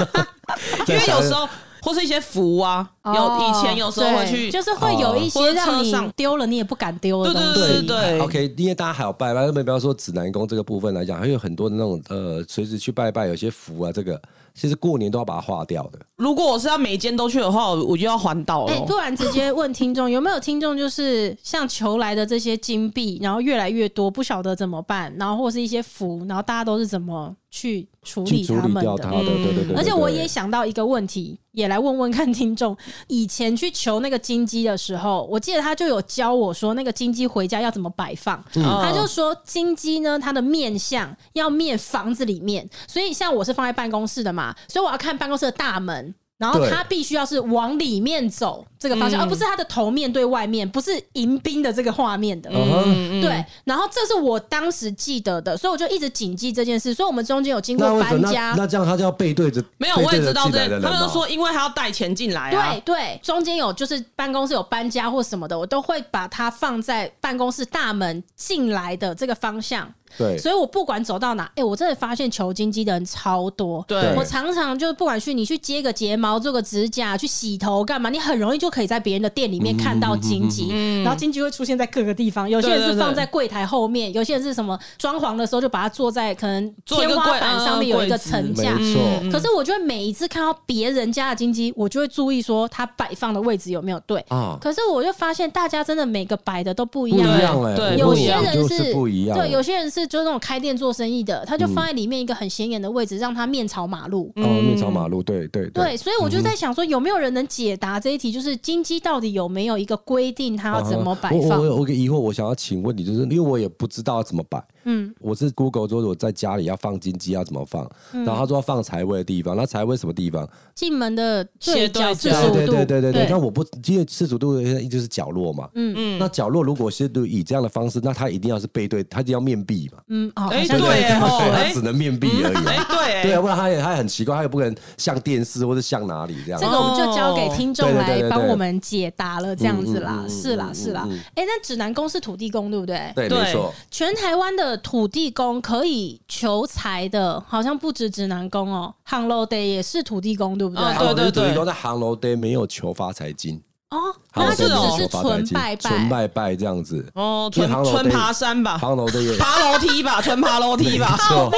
Speaker 3: 因
Speaker 2: 再
Speaker 3: 为
Speaker 2: 想
Speaker 3: 有时候或是一些符啊，有
Speaker 1: 哦
Speaker 3: 以前有时候会
Speaker 1: 对
Speaker 3: 去，
Speaker 1: 就是会有一
Speaker 3: 哦
Speaker 1: 些让
Speaker 3: 或者车上
Speaker 1: 你丢了你也不敢丢的东西。
Speaker 3: 对对
Speaker 2: OK，因为大家还有拜拜，那么不要说指南宫这个部分来讲，还有很多的那种呃，随时去拜拜，有些符啊，这个其实过年都要把它化掉的。
Speaker 3: 如果我是要每间都去的话，我我就要环岛了。
Speaker 1: 哎、突然直接问听众有没有听众，就是像求来的这些金币，然后越来越多，不晓得怎么办，然后或是一些福，然后大家都是怎么去处
Speaker 2: 去
Speaker 1: 理
Speaker 2: 处
Speaker 1: 他
Speaker 2: 理
Speaker 1: 们
Speaker 2: 掉
Speaker 1: 的？
Speaker 2: 它的，对对对对。
Speaker 1: 而且
Speaker 2: 对
Speaker 1: 我也想到一个问题，也来问问看听众。以前去求那个金鸡的时候，我记得他就有教我说，那个金鸡回家要怎么摆放。
Speaker 2: 嗯
Speaker 1: 他就说，金鸡呢，它的面相要面房子里面，所以像我是放在办公室的嘛，所以我要看办公室的大门。然后
Speaker 2: 对
Speaker 1: 它必须要是往里面走这个方向，而不是它的头面对外面，不是迎宾的这个画面的。
Speaker 2: 嗯哼
Speaker 1: 对，然后这是我当时记得的，所以我就一直谨记这件事。所以我们中间有经
Speaker 2: 嗯那
Speaker 1: 过
Speaker 2: 为什
Speaker 1: 搬
Speaker 2: 么
Speaker 1: 家
Speaker 2: 那，那这样他就要背对着，
Speaker 3: 没有，
Speaker 2: 背
Speaker 3: 我也
Speaker 2: 对着
Speaker 3: 知道
Speaker 2: 进
Speaker 3: 这
Speaker 2: 来的，人
Speaker 3: 他们
Speaker 2: 嘛
Speaker 3: 就说，因为他要带钱进来啊。
Speaker 1: 对对，中间有就是办公室有搬家或什么的，我都会把它放在办公室大门进来的这个方向。
Speaker 2: 对，
Speaker 1: 所以我不管走到哪，哎、我真的发现求金鸡的人超多。
Speaker 3: 对
Speaker 1: 我常常就是不管去你去接个睫毛、做个指甲、去洗头干嘛，你很容易就可以在别人的店里面看到金
Speaker 3: 嗯
Speaker 1: 鸡，然后金鸡会出现在各个地方。有些人
Speaker 3: 对
Speaker 1: 是
Speaker 3: 对
Speaker 1: 放在柜台后面，有些人是什么装潢的时候就把它做在可能
Speaker 3: 做一
Speaker 1: 天
Speaker 3: 个
Speaker 1: 花
Speaker 3: 柜
Speaker 1: 板
Speaker 3: 嗯
Speaker 1: 上面有一个
Speaker 3: 柜子嗯
Speaker 1: 层
Speaker 2: 没
Speaker 1: 架，
Speaker 2: 错
Speaker 1: 可是我觉得每一次看到别人家的金鸡，我就会注意说它摆放的位置有没有对。
Speaker 2: 啊，
Speaker 1: 可是我就发现大家真的每个摆的都不一
Speaker 2: 不一
Speaker 1: 样，
Speaker 2: 样哎，
Speaker 3: 对
Speaker 1: 有
Speaker 2: 不
Speaker 3: 一
Speaker 1: 些
Speaker 2: 样
Speaker 1: 人
Speaker 2: 就是不一样，嗯
Speaker 1: 对，有些人是就是那种开店做生意的，他就放在里面一个很显眼的位置，让他面朝马路。
Speaker 3: 嗯
Speaker 2: 哦，面朝马路，对对嗯
Speaker 1: 对，所以我就在想说，有没有人能解答这一题？就是金鸡到底有没有一个规定，它要怎么摆
Speaker 2: 我
Speaker 1: 放
Speaker 2: 哦我？有我有个疑惑，我想要请问你，就是因为我也不知道要怎么摆。嗯，我是 Google 说我在家里要放金鸡要怎么放，
Speaker 1: 嗯
Speaker 2: 然后他说要放财位的地方，那财位什么地方？
Speaker 1: 进门的最角四
Speaker 3: 斜对
Speaker 1: 十
Speaker 3: 角
Speaker 1: 五
Speaker 2: 对
Speaker 1: 度，
Speaker 2: 对对对对。那我不因为四十度就是角落嘛，嗯嗯。那角落如果是以这样的方式，那他一定要是背对，他一定要面壁嘛，
Speaker 1: 嗯，哦，好
Speaker 3: 哎
Speaker 1: 像
Speaker 2: 不
Speaker 3: 对
Speaker 2: 对？
Speaker 3: 哦
Speaker 2: 所以他
Speaker 3: 哎
Speaker 2: 只能面壁而已
Speaker 3: 哎
Speaker 2: 啊。，对
Speaker 3: 对
Speaker 2: 啊，，不然他也他也很奇怪，他也不可能像电视或者像哪里这样
Speaker 1: 这。个我们就交给听众
Speaker 2: 哦对对对
Speaker 1: 来
Speaker 2: 对
Speaker 1: 帮
Speaker 2: 对嗯
Speaker 1: 我们解答了，这样子啦，是啦，是啦。哎，那指南宫是土地公，对不对？
Speaker 2: 对，
Speaker 3: 对
Speaker 2: 没错。
Speaker 1: 全台湾的土地公可以求财的，好像不止指南宫哦，杭楼得也是土地公，对不对？
Speaker 3: 啊
Speaker 2: 好
Speaker 3: 对对
Speaker 2: 土地
Speaker 3: 对
Speaker 2: 公在航楼 day 没有求发财金，
Speaker 1: 哦，
Speaker 2: 航
Speaker 1: 那
Speaker 2: 楼
Speaker 1: 就
Speaker 3: 对
Speaker 1: 只是
Speaker 2: 只求发财
Speaker 1: 纯
Speaker 2: 金
Speaker 1: 拜，
Speaker 2: 纯拜拜这样子。
Speaker 3: 哦，
Speaker 2: 因为
Speaker 3: 纯
Speaker 2: 航楼
Speaker 3: 纯
Speaker 2: day-
Speaker 3: 爬山吧，
Speaker 2: 航楼 day 也
Speaker 3: 爬楼梯吧，纯爬楼梯吧。
Speaker 2: 错，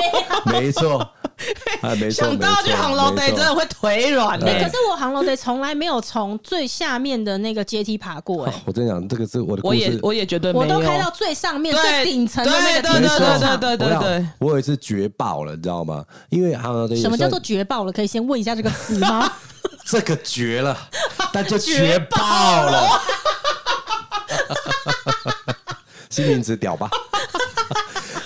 Speaker 2: 没错，哎，没错，
Speaker 3: 啊 想到去航楼 day 真的会腿软
Speaker 1: 哎、可
Speaker 3: 哎
Speaker 1: 是。我航楼得从来没有从最下面的那个阶梯爬过、哎、
Speaker 2: 啊，我真的讲这个是我的故
Speaker 3: 我
Speaker 2: 事，
Speaker 3: 也我也绝对没有，
Speaker 1: 我都开到最上面最
Speaker 3: 对
Speaker 1: 顶层的那个
Speaker 3: 对
Speaker 1: 梯
Speaker 2: 没
Speaker 3: 对
Speaker 1: 子
Speaker 2: 错
Speaker 3: 对
Speaker 1: 上。
Speaker 3: 对对
Speaker 2: 我
Speaker 3: 对
Speaker 2: 想
Speaker 3: 对
Speaker 2: 我有一次绝爆了，你知道吗？因为航楼 day
Speaker 1: 什么叫
Speaker 2: 也算
Speaker 1: 做绝爆了？可以先问一下这个词 吗？
Speaker 2: 这个绝了，但就
Speaker 3: 绝
Speaker 2: 绝爆
Speaker 3: 爆
Speaker 2: 了。 新名词屌 吧？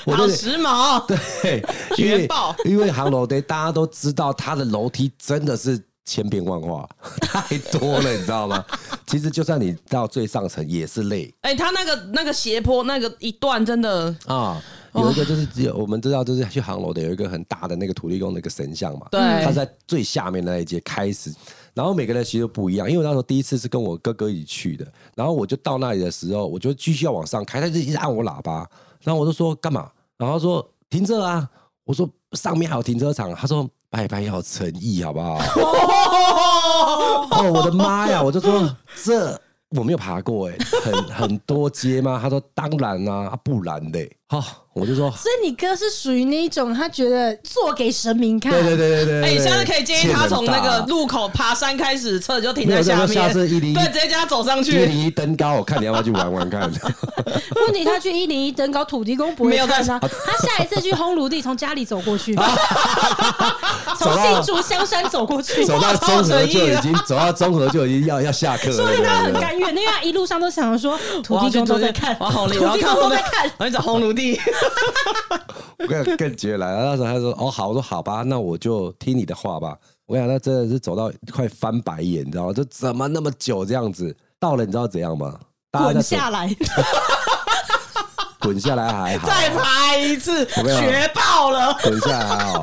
Speaker 2: 我
Speaker 3: 好
Speaker 2: 都
Speaker 3: 时 髦，哦
Speaker 2: 对，因
Speaker 3: 绝
Speaker 2: 为
Speaker 3: 爆
Speaker 2: 因为航楼 day 大家都知道，它的楼梯真的是千变万化， 太多了，你知道吗？ 其实就算你到最上层也是累
Speaker 3: 哎、他那个那个斜坡那个一段真的，
Speaker 2: 啊。有一个就是只有我们知道，就是去航楼的有一个很大的那个土地公的一个神像嘛，
Speaker 3: 对
Speaker 2: 它嗯是在最下面那一节开始，然后每个人其实都不一样，因为我那时候第一次是跟我哥哥一起去的，然后我就到那里的时候，我就继续要往上开，他就一直按我喇叭，然后我就说干嘛？然后他说停这啊，我说上面还有停车场，他说拜拜要有诚意好不好？哦，我的妈呀！我就说这我没有爬过哎、很很多阶吗？他说当然啦、啊，不然嘞。好、我就说。
Speaker 1: 所以你哥是属于那一种，他觉得做给神明看，
Speaker 2: 对对对对对，
Speaker 3: 哎、
Speaker 2: 对
Speaker 3: 你下次可以建议他从那
Speaker 2: 欠很
Speaker 3: 个
Speaker 2: 大
Speaker 3: 路口爬山开始，车子就停
Speaker 2: 没
Speaker 3: 在
Speaker 2: 有这
Speaker 3: 下
Speaker 2: 样
Speaker 3: 面，
Speaker 2: 说下次一零一
Speaker 3: 对，直接叫他走上
Speaker 2: 一
Speaker 3: 去。
Speaker 2: 零一登高，我看你要不要去玩玩 看。
Speaker 1: 问题他去一零一登高土地公不会
Speaker 3: 没有啊
Speaker 1: 看
Speaker 3: 在
Speaker 1: 啊，他下一次去烘炉地从家里走过去， 从
Speaker 2: 走到
Speaker 1: 新竹香山走过去，
Speaker 2: 走到综合就已经走到综合就已经要要下课 了，
Speaker 1: 所以他很
Speaker 2: 啊对不对
Speaker 1: 甘愿，因为他一路上都想着 说土地公都在看，
Speaker 3: 哇，好
Speaker 1: 土
Speaker 3: 累，
Speaker 1: 地
Speaker 3: 我要
Speaker 1: 公
Speaker 3: 看红
Speaker 1: 都
Speaker 3: 炉
Speaker 1: 在看。，
Speaker 3: 我要找红炉地。
Speaker 2: 我更更觉来了。那时候他说：“哦，好。”我说：“好吧，那我就听你的话吧。”我想，那真的是走到快翻白眼，你知道吗？就怎么那么久这样子？到了，你知道怎样吗？大家
Speaker 1: 滚
Speaker 2: 在走
Speaker 1: 下 来！
Speaker 2: 滚下来还好，
Speaker 3: 再爬一次，
Speaker 2: 我跟你讲
Speaker 3: 学哎爆了。
Speaker 2: 滚下来还好。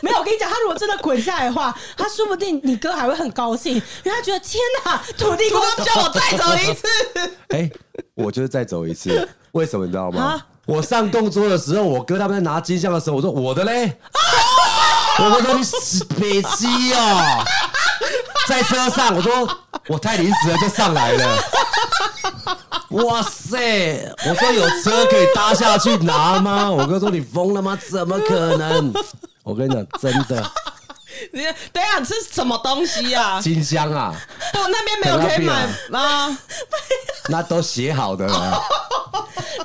Speaker 1: 没有，我跟你讲，他如果真的滚下来的话，他说不定你哥还会很高兴，因为他觉得天哪，土地
Speaker 3: 你
Speaker 1: 公
Speaker 3: 刚刚叫我再走一次，
Speaker 2: 哎、我就是再走一次，为什么你知道吗
Speaker 1: 啊？
Speaker 2: 我上供桌的时候，我哥他们在拿金像的时候，我说我的嘞， 我哥说你死北西哦，在车上我说我太临时了就上来了，哇塞，我说有车可以搭下去拿吗？我哥说你疯了吗？怎么可能？我跟你讲，真的
Speaker 3: 你等一下这是什么东 西啊？
Speaker 2: 金香啊，
Speaker 3: 对，我那边没有可以买吗？
Speaker 2: 那都写好的了。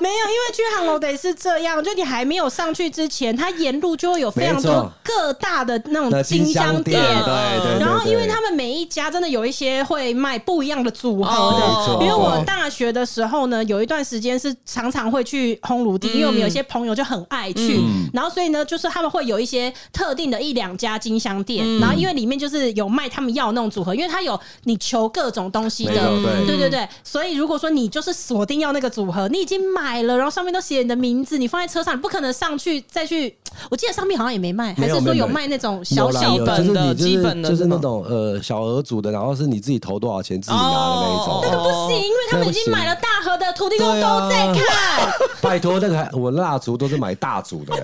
Speaker 1: 没有，因为去航楼得是这样，就你还没有上去之前，它沿路就会有非常
Speaker 2: 没
Speaker 1: 多
Speaker 2: 错
Speaker 1: 各大的那
Speaker 2: 那
Speaker 1: 种
Speaker 2: 金香
Speaker 1: 香
Speaker 2: 店，啊对对对对，
Speaker 1: 然后，因为他们每一家真的有一些会卖不一样的组合的，
Speaker 3: 哦
Speaker 2: 没错
Speaker 1: 因为我
Speaker 2: 对
Speaker 1: 大学的时候呢，有一段时间是常常会去烘炉
Speaker 2: 嗯
Speaker 1: 地，因为我们有一些朋友就很爱去，然后所以呢，就是他们会有一些特定的一两家金香店，
Speaker 2: 嗯
Speaker 1: 然后因为里面就是有卖他们要的那种组合，因为它有你求各种东西的，
Speaker 2: 没错对
Speaker 1: 对对对，所以如果说你就是锁定要那个组合，你已经买了，然后上面都写你的名字，你放在车上，你不可能上去再去，我记得上面好像也没卖，还
Speaker 2: 没有
Speaker 1: 是说
Speaker 2: 没有
Speaker 1: 有
Speaker 2: 没有
Speaker 1: 卖那种小
Speaker 2: 啦
Speaker 1: 小
Speaker 2: 有
Speaker 1: 本
Speaker 2: 就是
Speaker 3: 的
Speaker 2: 你就是
Speaker 3: 基本的
Speaker 2: 就是是
Speaker 3: 吗
Speaker 2: 那种呃小额组的，然后是你自己投多少钱自己拿的那一种。
Speaker 3: 哦那个
Speaker 1: 不行，因为他们已经买了大盒的，土地公都在
Speaker 2: 对啊
Speaker 1: 看。
Speaker 2: 拜托，那个还我蜡烛都是买大组 的、欸，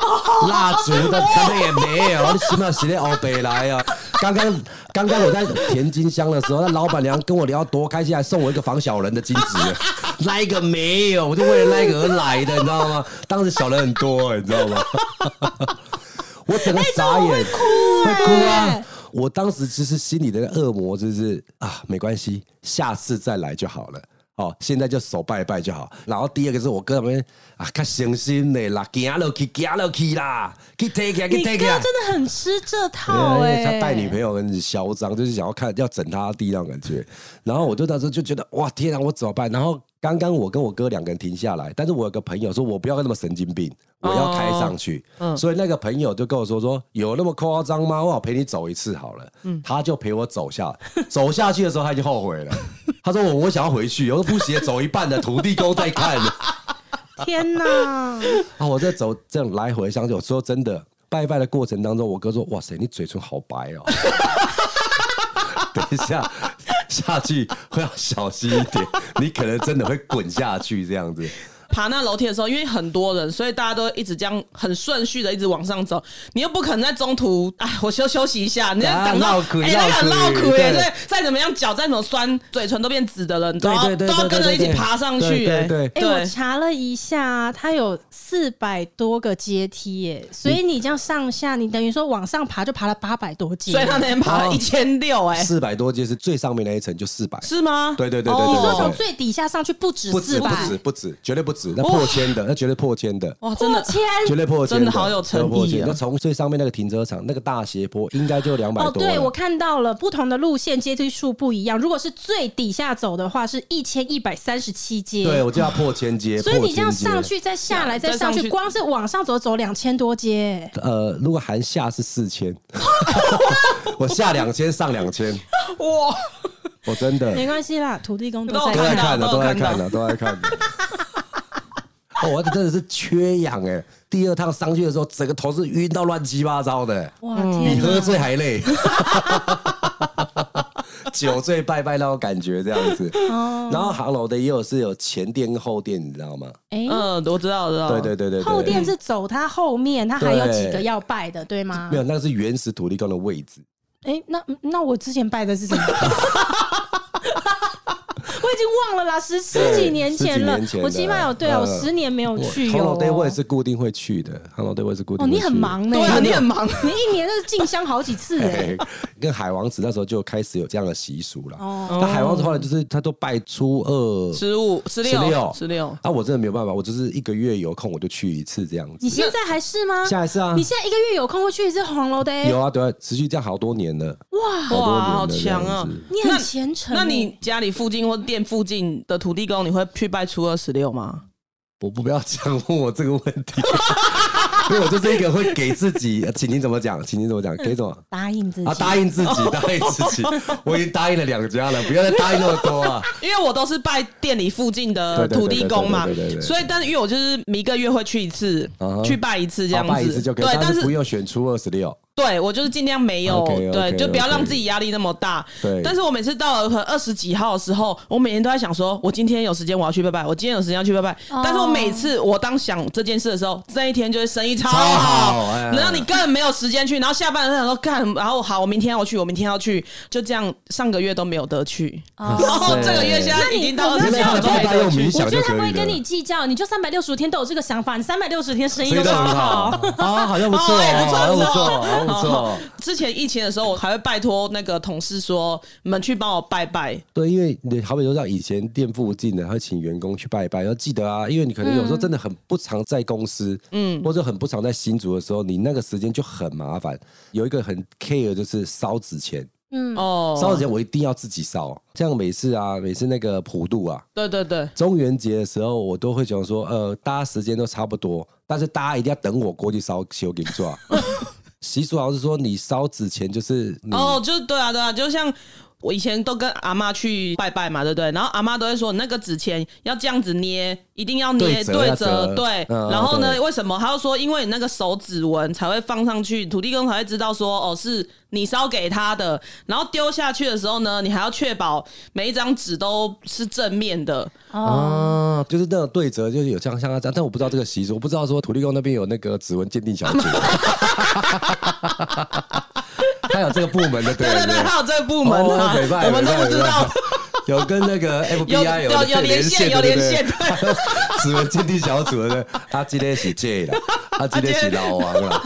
Speaker 3: 哦
Speaker 2: 蜡烛的他们也没有，你起码洗点欧北来 啊！刚刚刚刚我在填金箱的时候，那老板娘跟我聊多开心，还送我一个防小人的金 纸，那一个没有，我就为了那一个而来的，你知道吗？当时小人很多、欸，你知道吗？我整个傻眼，
Speaker 1: 哎怎么
Speaker 2: 会
Speaker 1: 会哭
Speaker 2: 哭啊
Speaker 1: 哎！
Speaker 2: 我当时其实心里的恶魔就是啊，没关系，下次再来就好了。哦，现在就手拜拜就好。然后第二个是我哥他们啊，看省心的啦，行落去，行落去啦，去 take 去
Speaker 1: 你
Speaker 2: take
Speaker 1: 哥真的很吃这套
Speaker 2: 因
Speaker 1: 哎、
Speaker 2: 为啊他带女朋友很嚣张，就是想要看要整他地那种感觉。然后我就当时就觉得哇天啊，我怎么办？然后刚刚我跟我哥两个人停下来，但是我有个朋友说我不要那么神经病，我要开上去。所以那个朋友就跟我说说有那么夸张吗？我好陪你走一次好了。他就陪我走下， 走下去的时候他已经后悔了。他说我我想要回去，我说不行，走一半的土地公在看。
Speaker 1: 天 哪！
Speaker 2: 啊，我在走这样来回相去，我说真的，拜拜的过程当中，我哥说：“哇塞，你嘴唇好白哦。” 等一下下去会要小心一点，你可能真的会滚下去这样子。
Speaker 3: 爬那楼梯的时候，因为很多人，所以大家都一直这样很顺序的一直往上走。你又不可能在中途，哎，我休休息一下，你 要
Speaker 2: 啊
Speaker 3: 等到
Speaker 2: 闹苦
Speaker 3: 哎那个很
Speaker 2: 闹
Speaker 3: 闹
Speaker 2: 苦
Speaker 3: 苦耶，
Speaker 2: 对
Speaker 3: 对，再怎么样脚再怎么酸，嘴唇都变紫的人，都
Speaker 2: 对
Speaker 3: 要
Speaker 2: 对对，
Speaker 3: 都要
Speaker 2: 对
Speaker 3: 跟着
Speaker 2: 对
Speaker 3: 一起
Speaker 2: 对
Speaker 3: 爬上
Speaker 2: 对
Speaker 3: 去耶。
Speaker 2: 对对
Speaker 1: 哎、
Speaker 3: 对
Speaker 1: 我查了一下，它有四百多个阶梯耶，所以你这样上下，你等于说往上爬就爬了八百多阶。
Speaker 3: 所以他那天爬
Speaker 2: 哦
Speaker 3: 了一千六，哎，
Speaker 2: 四百多阶是最上面那一层就四百，
Speaker 3: 是吗？
Speaker 2: 对对对对
Speaker 3: 哦
Speaker 2: 对
Speaker 1: 你说
Speaker 2: 对
Speaker 1: 从最底下上去不止
Speaker 2: 不止
Speaker 1: 四
Speaker 2: 不
Speaker 1: 百，
Speaker 2: 止不止，绝对不止，那破千的，那绝对破千的。
Speaker 3: 哇，真
Speaker 1: 破
Speaker 3: 的
Speaker 1: 千。
Speaker 2: 绝对破千，
Speaker 3: 真的好有诚意
Speaker 2: 绝
Speaker 3: 啊
Speaker 2: 对破千那从最上面那个停车场那个大斜坡，应该就两百
Speaker 1: 哦，
Speaker 2: 多了。
Speaker 1: 对，我看到了，不同的路线阶梯数不一样。如果是最底下走的话，是一千一百三十七阶。
Speaker 2: 对我就要破千阶。
Speaker 1: 所以你这样
Speaker 2: 破千阶
Speaker 1: 上，去，再下来，
Speaker 3: 再
Speaker 1: 啊再上
Speaker 3: 上
Speaker 1: 去，
Speaker 3: 去
Speaker 1: 光是往上走走两千多阶。
Speaker 2: 呃，如果含下是四千， 我下两千上两千，
Speaker 3: 哇！
Speaker 2: 我真的
Speaker 1: 没关系啦，土地公都
Speaker 3: 都
Speaker 1: 在
Speaker 2: 都在
Speaker 1: 看。啊
Speaker 2: 看的，
Speaker 3: 都
Speaker 2: 都
Speaker 3: 有
Speaker 2: 在
Speaker 3: 看
Speaker 2: 看
Speaker 3: 到
Speaker 2: 的，都在看的。 哦，我真的是缺氧哎、第二趟上去的时候，整个头是晕到乱七八糟的、
Speaker 1: 哇
Speaker 2: 比
Speaker 1: 天
Speaker 2: 喝
Speaker 1: 哪！
Speaker 2: 醉还累， 酒醉拜拜那种感觉这样子。然后航楼的也有是有前店跟后店，你知道吗？
Speaker 1: 哎，
Speaker 3: 嗯，我知道，我知道。
Speaker 2: 对对对对对，
Speaker 1: 后殿是走它后面，它还有几个
Speaker 2: 对
Speaker 1: 要拜的，对吗
Speaker 2: 没？有，那个是原始土地公的位置。
Speaker 1: 哎、那那我之前拜的是什么？ 我已经忘了啦，十十几年前了，
Speaker 2: 十几年前的
Speaker 1: 我起码有对啊，
Speaker 2: 嗯
Speaker 1: 我十年没有去
Speaker 2: 航
Speaker 1: 哦
Speaker 2: 楼。队我也是固定会去的，航楼队我也是固定
Speaker 1: 哦，
Speaker 2: 会去。
Speaker 1: 你很忙呢、
Speaker 3: 对啊，你很忙。
Speaker 1: 你一年都进香好几 次哎、
Speaker 2: 对。跟海王子那时候就开始有这样的习俗了。
Speaker 1: 哦
Speaker 2: 那海王子后来就是他都拜初二、
Speaker 3: 十五、十六、
Speaker 2: 十
Speaker 3: 十
Speaker 2: 六
Speaker 3: 六。
Speaker 2: 啊，我真的没有办法，我就是一个月有空我就去一次这样子
Speaker 1: 你。现在还是吗？
Speaker 2: 下一次啊
Speaker 1: 你现在一个月有空会去一次红楼的、欸？
Speaker 2: 有啊，对啊，持续这样好多年了，
Speaker 1: 哇，
Speaker 2: 好多年
Speaker 3: 哇，
Speaker 2: 了
Speaker 3: 好强啊
Speaker 2: 这样！子
Speaker 1: 你很虔诚欸、
Speaker 3: 那你家里附近或店附近的土地公，你会去拜初二十六吗？
Speaker 2: 我不要讲问我这个问题， 因为我就是一个会给自己，呃请您怎么讲，请您怎么讲，给什么
Speaker 1: 答应自己、哦
Speaker 2: 啊？答应自己，答应自己，我已经答应了两家了，不要再答应那么多啊！
Speaker 3: 因为我都是拜店里附近的
Speaker 2: 对对对
Speaker 3: 土地公嘛
Speaker 2: 对对对对对，对
Speaker 3: 所以但是因为我就是一个月会去一次
Speaker 2: 啊哈，
Speaker 3: 去拜一次这样
Speaker 2: 好拜一次
Speaker 3: 子。
Speaker 2: 就可以，
Speaker 3: 对，但
Speaker 2: 但是不
Speaker 3: 是
Speaker 2: 用选出二十六，
Speaker 3: 对我就是尽量没有，
Speaker 2: OK，OK，
Speaker 3: 对，就不要
Speaker 2: OK
Speaker 3: 让自己压力那么大。
Speaker 2: 对
Speaker 3: 但是我每次到了可能二十几号的时候，我每天都在想说，我今天有时间我要去拜拜，我今天有时间要去拜拜。
Speaker 1: 哦
Speaker 3: 但是我每次我当想这件事的时候，这一天就会生意超
Speaker 2: 超好
Speaker 3: 好，
Speaker 2: 哎
Speaker 3: 然后你根本没有时间去，然后下班的时候想说干，然后好，我明天要去，我明天要去，就这样上个月都没有得去，
Speaker 1: 哦
Speaker 2: 啊
Speaker 3: 然后这个月现在已经到二
Speaker 1: 那
Speaker 3: 十
Speaker 1: 你
Speaker 3: 几
Speaker 1: 有没
Speaker 3: 号
Speaker 1: 有
Speaker 3: 都没
Speaker 2: 拜拜
Speaker 3: 得
Speaker 2: 用
Speaker 3: 去
Speaker 2: 冥。
Speaker 1: 我觉
Speaker 2: 想就
Speaker 1: 得
Speaker 2: 可
Speaker 1: 他不
Speaker 2: 以
Speaker 1: 会跟
Speaker 2: 了
Speaker 1: 你。计较，你就三百六十五天都有这个想法，你三百六十天生意都
Speaker 2: 所以
Speaker 1: 超
Speaker 2: 很
Speaker 1: 好。
Speaker 2: 啊，好像不错，
Speaker 3: 哦哎不错
Speaker 2: 好像不错，
Speaker 3: 不错
Speaker 2: 好像不错。
Speaker 3: 之前疫情的时候，我还会拜托那个同事说，你们去帮我拜拜，
Speaker 2: 对，因为你好比说像以前店附近的，会请员工去拜拜，要记得啊，因为你可能有时候真的很不常在公司，嗯，或者很不常在新竹的时候，你那个时间就很麻烦。有一个很 care 就是烧纸钱，
Speaker 3: 哦，
Speaker 2: 烧纸钱我一定要自己烧，这样每次啊，每次那个普渡啊。
Speaker 3: 对对对，
Speaker 2: 中元节的时候，我都会想说，呃，大家时间都差不多，但是大家一定要等我过去烧修给你做。习俗好像是说，你烧纸钱就是你
Speaker 3: 哦，就是对啊，对啊，就像我以前都跟阿妈去拜拜嘛，对不对？然后阿妈都会说，你那个纸钱要这样子捏，一定要
Speaker 2: 对
Speaker 3: 捏
Speaker 2: 折
Speaker 3: 对
Speaker 2: 要折
Speaker 3: 折，对。
Speaker 2: 嗯
Speaker 3: 然后
Speaker 2: 对
Speaker 3: 呢，为什么？她又说，因为你那个手指纹才会放上去，土地公才会知道说，哦，是你烧给他的。然后丢下去的时候呢，你还要确保每一张纸都是正面的。
Speaker 2: 啊，就是那种对折，就是有像像他这样，但我不知道这个习俗，我不知道说土地公那边有那个指纹鉴定小组，他有这个部门的，对
Speaker 3: 对对对，还有这个部门啊，
Speaker 2: 北拜，
Speaker 3: 我们都不知道。
Speaker 2: 有跟那个 FBI
Speaker 3: 有有有连线有连线对
Speaker 2: 对， 指纹鉴定小组的，他今天啊是 J 啦，他今天是老王
Speaker 3: 啊
Speaker 2: 啦，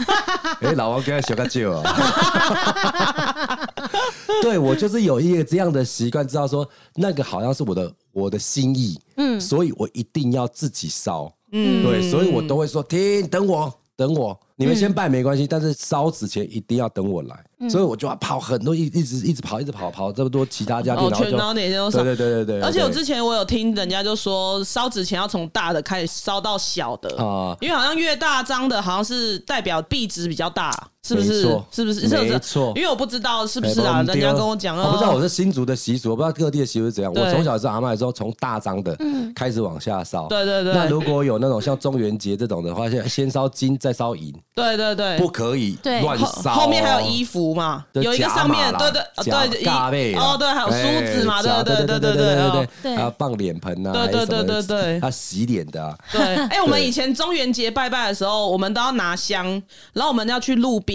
Speaker 2: 哎，老王跟他学个旧啊。 对我就是有一个这样的习惯，知道说那个好像是我的我的心意，嗯，所以我一定要自己烧，嗯，对，所以我都会说停，等我，等我，你们先拜没
Speaker 3: 嗯
Speaker 2: 关系，但是烧纸前一定要等我来，所以我就要跑很多，一一直一直跑，一直跑，跑这么多其他家店，
Speaker 3: 哦
Speaker 2: 然后
Speaker 3: 全然后哪天都
Speaker 2: 就
Speaker 3: 烧
Speaker 2: 对对对对对，
Speaker 3: 而且我
Speaker 2: 对
Speaker 3: 之前我有听人家就说，烧纸钱要从大的开始烧到小的
Speaker 2: 啊
Speaker 3: 因为好像越大张的，好像是代表币值比较大，是不
Speaker 2: 没
Speaker 3: 是
Speaker 2: 错？
Speaker 3: 是不是？是不是
Speaker 2: 没错
Speaker 3: 因为我不知道是不
Speaker 2: 对
Speaker 3: 是
Speaker 2: 把
Speaker 3: 啊
Speaker 2: 我，们
Speaker 3: 人家
Speaker 2: 丢
Speaker 3: 跟我讲，
Speaker 2: 我不知道我
Speaker 3: 哦
Speaker 2: 是新竹的习俗，我不知道各地的习俗是怎样。我
Speaker 3: 对
Speaker 2: 从小是阿妈的时候，从大张的开始往下烧。
Speaker 3: 对对对
Speaker 2: 那如果有那种像中元节这种的话，先先烧金，再烧银，
Speaker 3: 对对对，
Speaker 2: 不可以
Speaker 1: 对
Speaker 2: 乱
Speaker 3: 后
Speaker 2: 烧哦。
Speaker 3: 后面还有衣服嘛，
Speaker 2: 的
Speaker 3: 有一个
Speaker 2: 夹
Speaker 3: 上面
Speaker 2: 嘛啦
Speaker 3: 对对呃
Speaker 2: 夹
Speaker 3: 对
Speaker 2: 嘎背
Speaker 3: 一
Speaker 2: 啊
Speaker 3: 哦对，还有梳子嘛，
Speaker 2: 哎
Speaker 3: 对
Speaker 2: 夹
Speaker 3: 对
Speaker 2: 对
Speaker 3: 对对
Speaker 2: 对
Speaker 3: 哦
Speaker 1: 对
Speaker 2: 还有放脸盆啊，
Speaker 3: 对
Speaker 2: 还有
Speaker 3: 对
Speaker 2: 什么
Speaker 3: 对对对
Speaker 2: 啊洗脸的啊，
Speaker 3: 对，哎，我们
Speaker 2: 对
Speaker 3: 以前中元节拜拜的时候，我们都要拿香，然后我们要去路边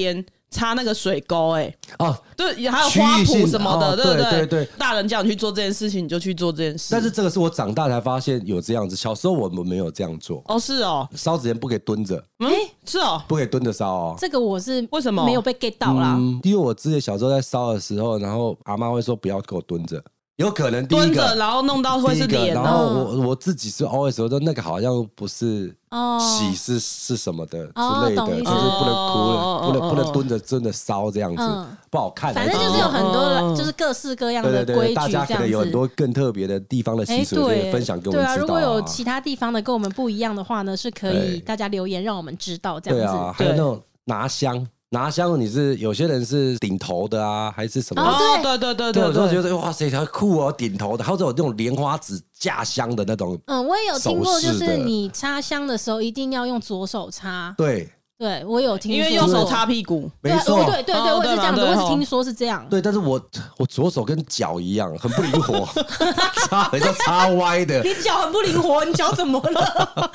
Speaker 3: 擦那个水沟，哎，
Speaker 2: 哦，
Speaker 3: 对，还有花
Speaker 2: 区域性
Speaker 3: 圃什么
Speaker 2: 哦
Speaker 3: 的，对
Speaker 2: 对对对
Speaker 3: 大人叫你去做这件事情，你就去做这件事。
Speaker 2: 但是这个是我长大才发现有这样子，小时候我们没有这样做。
Speaker 3: 哦，是哦，
Speaker 2: 烧纸钱不可以蹲着，
Speaker 3: 嗯，是哦，
Speaker 2: 不可以蹲着烧哦。
Speaker 1: 这个我是
Speaker 3: 为什么
Speaker 1: 没有被 get 到啦？
Speaker 2: 嗯，因为我之前小时候在烧的时候，然后阿妈会说不要给我蹲着，有可能第一
Speaker 3: 蹲着
Speaker 2: 个，
Speaker 3: 然后弄到会
Speaker 2: 第
Speaker 3: 是
Speaker 2: 一个，
Speaker 3: 脸
Speaker 2: 然
Speaker 3: 哦，
Speaker 2: 后我我自己是 always 说那个好像不是
Speaker 1: 哦，
Speaker 2: 洗是是什么的
Speaker 1: 哦
Speaker 2: 之类的，
Speaker 1: 懂
Speaker 2: 就
Speaker 1: 意
Speaker 2: 是
Speaker 1: 思
Speaker 2: 不能哭了，
Speaker 3: 哦
Speaker 2: 不能
Speaker 3: 哦
Speaker 2: 不能
Speaker 3: 哦
Speaker 2: 蹲着真的烧这样子
Speaker 1: 嗯，
Speaker 2: 不好看啊。
Speaker 1: 反正就是有很
Speaker 3: 哦
Speaker 1: 多就是各式各样
Speaker 2: 对
Speaker 1: 的
Speaker 2: 对
Speaker 1: 规
Speaker 2: 对，
Speaker 1: 矩
Speaker 2: 大
Speaker 1: 这
Speaker 2: 家
Speaker 1: 样
Speaker 2: 可能有很
Speaker 1: 子。
Speaker 2: 多更特别的地方的习
Speaker 1: 哎，
Speaker 2: 俗，可以
Speaker 1: 对，
Speaker 2: 分享给我
Speaker 1: 对
Speaker 2: 们
Speaker 1: 啊，
Speaker 2: 知
Speaker 1: 如
Speaker 2: 道
Speaker 1: 果有
Speaker 2: 啊。
Speaker 1: 其他地方的跟我们不一样的话呢，是可
Speaker 2: 对
Speaker 1: 以大家留言让我们知道这
Speaker 2: 对
Speaker 1: 样
Speaker 2: 啊，
Speaker 1: 子。
Speaker 2: 还有
Speaker 3: 对
Speaker 2: 那种拿香，拿香你是有些人是顶头的啊，还是什么？
Speaker 1: 哦
Speaker 3: 哦，对
Speaker 1: 对
Speaker 3: 对对
Speaker 2: 对，我
Speaker 3: 对
Speaker 2: 就觉
Speaker 3: 对
Speaker 2: 得哇塞，好酷哦，顶头的，还有这种那种莲花指架香的那种，
Speaker 1: 嗯，我也有听过，就
Speaker 2: 手势的
Speaker 1: 是你插香的时候一定要用左手插。
Speaker 2: 对，
Speaker 1: 对我有听说，
Speaker 3: 因为右手擦屁股，
Speaker 2: 没
Speaker 1: 对，
Speaker 2: 错
Speaker 1: 哦，对对对，
Speaker 3: 哦
Speaker 1: 我也是
Speaker 3: 对嘛
Speaker 1: 这样子，
Speaker 3: 对
Speaker 1: 我
Speaker 3: 吼
Speaker 1: 是听说是这样。
Speaker 2: 对，但是我我左手跟脚一样，很不灵活， 插很像插歪的，
Speaker 1: 你脚很不灵活，你脚怎么 了？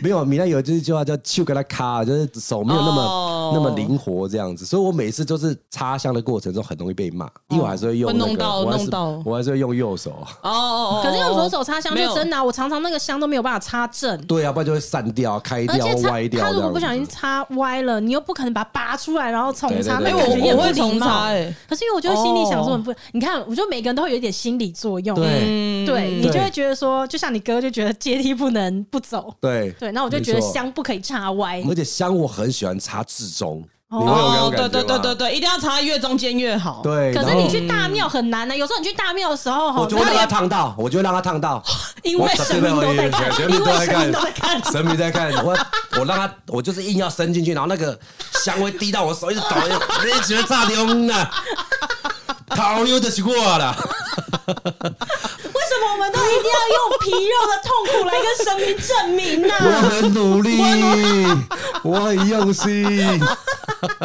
Speaker 2: 没有，米兰有一句话叫“去给他卡”，就是手没有那么、
Speaker 3: 哦
Speaker 2: 那么灵活这样子，所以我每次就是插香的过程中很容易被骂，因为我还是会用、那个，
Speaker 3: 会
Speaker 1: 哦
Speaker 3: 弄到
Speaker 2: 我还是
Speaker 3: 弄到
Speaker 2: 我还是会用右手。
Speaker 3: 哦哦哦，
Speaker 1: 可是用左手插香
Speaker 3: 没
Speaker 1: 就
Speaker 3: 有
Speaker 1: 真的啊、我常常那个香都没有办法插正，
Speaker 2: 对啊，不然就会散掉、开
Speaker 1: 而
Speaker 2: 掉
Speaker 1: 且、插
Speaker 2: 歪掉
Speaker 1: 它
Speaker 2: 这
Speaker 1: 如果
Speaker 2: 样
Speaker 1: 不
Speaker 2: 子
Speaker 1: 小心插歪了，你又不可能把它拔出来然后重插，那
Speaker 2: 对对对
Speaker 3: 哎，
Speaker 1: 感觉也
Speaker 3: 我我会
Speaker 1: 不礼
Speaker 3: 重擦，
Speaker 2: 欸
Speaker 1: 貌。
Speaker 3: 哎，
Speaker 1: 可是因为我就心里想说很不，你看，我觉得每个人都会有一点心理作用，
Speaker 2: 哦对
Speaker 3: 嗯，
Speaker 1: 对你就
Speaker 2: 对
Speaker 1: 会觉得说，就像你哥就觉得阶梯不能不走，
Speaker 2: 对
Speaker 1: 对，那我就觉得
Speaker 2: 没错
Speaker 1: 香不可以插歪，
Speaker 2: 而且香我很喜欢插至中，
Speaker 1: 哦
Speaker 2: 你会有这种，
Speaker 3: 哦对
Speaker 2: 感觉
Speaker 3: 对对
Speaker 2: 吗？
Speaker 3: 对对，一定要插越中间越好。
Speaker 2: 对
Speaker 1: 可
Speaker 2: 然
Speaker 1: 是
Speaker 2: 后
Speaker 1: 你去大庙很难呢、啊有时候你去大庙的时候，
Speaker 3: 哦
Speaker 2: 我
Speaker 1: 吼
Speaker 2: 就会让
Speaker 1: 它
Speaker 2: 它
Speaker 1: 也
Speaker 2: 烫到，我就会让它烫到，
Speaker 1: 因为神明都在看，因为神明都在看，
Speaker 2: 神明在看我，我让他，我就是硬要伸进去，然后那个香会滴到我手，一直抖，一直炸掉呢。讨厌的是我啦，
Speaker 1: 为什么我们都一定要用皮肉的痛苦来跟神明证明呢、
Speaker 2: 我很努力，我很用心。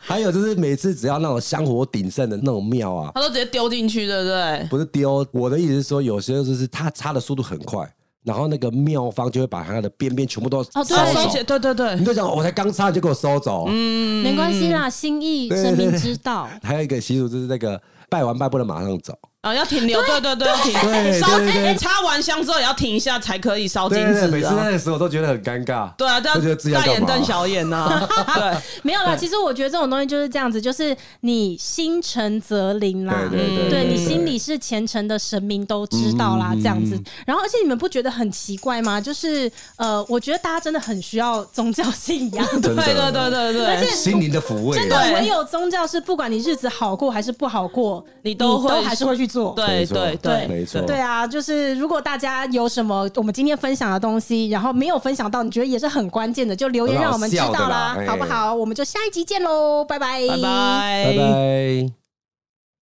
Speaker 2: 还有就是每次只要那种香火鼎盛的那种庙啊，
Speaker 3: 他都直接丢进去，对不对？
Speaker 2: 不是丢，我的意思是说，有些就是它插的速度很快，然后那个妙方就会把它的边边全部都
Speaker 1: 哦对
Speaker 2: 烧
Speaker 3: 他收
Speaker 2: 走
Speaker 3: 起来，嗯对对对
Speaker 2: 你，就讲我才刚插就给我收走，
Speaker 1: 嗯没关系啦，心意
Speaker 2: 对对
Speaker 1: 神明
Speaker 2: 对
Speaker 1: 知道。
Speaker 2: 还有一个习俗就是那个拜完拜不能马上走，
Speaker 3: 啊，要停留，对对对，要停
Speaker 2: 对
Speaker 3: 烧
Speaker 2: 对对对
Speaker 3: 插完香之后也要停一下才可以烧金
Speaker 2: 对对对，每
Speaker 3: 纸
Speaker 2: 次
Speaker 3: 啊。
Speaker 2: 那个时候都觉得很尴尬，
Speaker 3: 对啊，这
Speaker 2: 都觉得自
Speaker 3: 样
Speaker 2: 己要干
Speaker 3: 大眼瞪
Speaker 2: 嘛？
Speaker 3: 小眼 啊呐，对。
Speaker 1: 没有啦，其实我觉得这种东西就是这样子，就是你心诚则灵啦，
Speaker 2: 对对对对
Speaker 1: 对你
Speaker 2: 对
Speaker 1: 心里是虔诚的，神明都知道啦，这样子。然后，而且你们不觉得很奇怪吗？就是呃，我觉得大家真的很需要宗教信仰。
Speaker 2: 真
Speaker 3: 对
Speaker 2: 的
Speaker 3: 对对对对，
Speaker 1: 而且
Speaker 2: 心灵的抚慰
Speaker 1: 真的
Speaker 2: 啊，
Speaker 3: 对
Speaker 1: 唯有宗教是，不管你日子好过还是不好过，
Speaker 3: 你
Speaker 1: 都
Speaker 3: 都会
Speaker 1: 还是会去做。
Speaker 3: 对
Speaker 2: 没错
Speaker 3: 对
Speaker 1: 对
Speaker 2: 没错，
Speaker 1: 对啊，就是如果大家有什么我们今天分享的东西，然后没有分享到，你觉得也是很关键的，就留言
Speaker 2: 很好
Speaker 1: 让我们知道
Speaker 2: 笑的啦
Speaker 1: 啦，
Speaker 2: 哎
Speaker 1: 好不好？我们就下一集见喽，拜拜，
Speaker 3: 拜拜
Speaker 2: 拜拜。